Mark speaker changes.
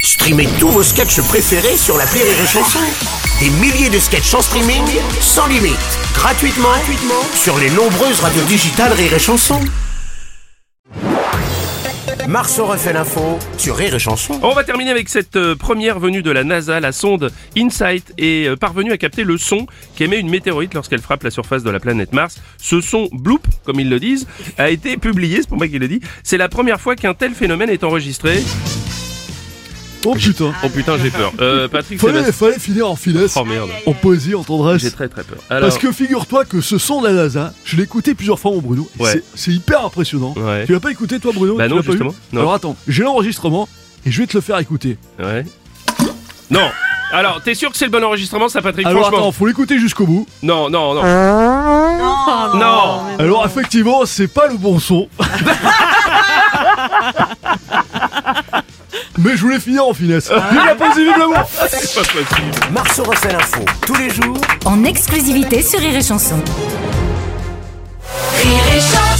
Speaker 1: Streamez tous vos sketchs préférés sur la Rire et Chanson. Des milliers de sketchs en streaming, sans limite, gratuitement, gratuitement sur les nombreuses radios digitales Rire et Chanson. Marceau refait l'info sur Rire et Chanson.
Speaker 2: On va terminer avec cette euh, première venue de la NASA. La sonde InSight est euh, parvenue à capter le son qu'émet une météorite lorsqu'elle frappe la surface de la planète Mars. Ce son bloop, comme ils le disent, a été publié, c'est pour moi qu'il le dit. C'est la première fois qu'un tel phénomène est enregistré.
Speaker 3: Oh putain
Speaker 2: Oh putain, j'ai peur. Euh, Patrick
Speaker 3: Fallait,
Speaker 2: Sébastien.
Speaker 3: fallait finir en finesse,
Speaker 2: Oh merde.
Speaker 3: en poésie, en tendresse.
Speaker 2: J'ai très très peur. Alors,
Speaker 3: Parce que figure-toi que ce son de la NASA, je l'ai écouté plusieurs fois, mon Bruno. et
Speaker 2: Ouais.
Speaker 3: c'est- C'est hyper impressionnant.
Speaker 2: Ouais.
Speaker 3: Tu l'as pas écouté, toi, Bruno
Speaker 2: Bah
Speaker 3: Tu
Speaker 2: non,
Speaker 3: l'as pas eu
Speaker 2: justement. Non.
Speaker 3: Alors attends, j'ai l'enregistrement et je vais te le faire écouter.
Speaker 2: Ouais. Non Alors, t'es sûr que c'est le bon enregistrement, ça, Patrick
Speaker 3: Alors
Speaker 2: Franchement.
Speaker 3: attends, faut l'écouter jusqu'au bout.
Speaker 2: Non, non, non. Non
Speaker 3: Alors effectivement, c'est pas le bon son. Mais je voulais finir en finesse. Vive la poésie, vive l'amour
Speaker 2: C'est pas possible.
Speaker 1: Marceau refait l'info tous les jours
Speaker 4: en exclusivité sur Rire et Chanson.
Speaker 5: Rire et chanson.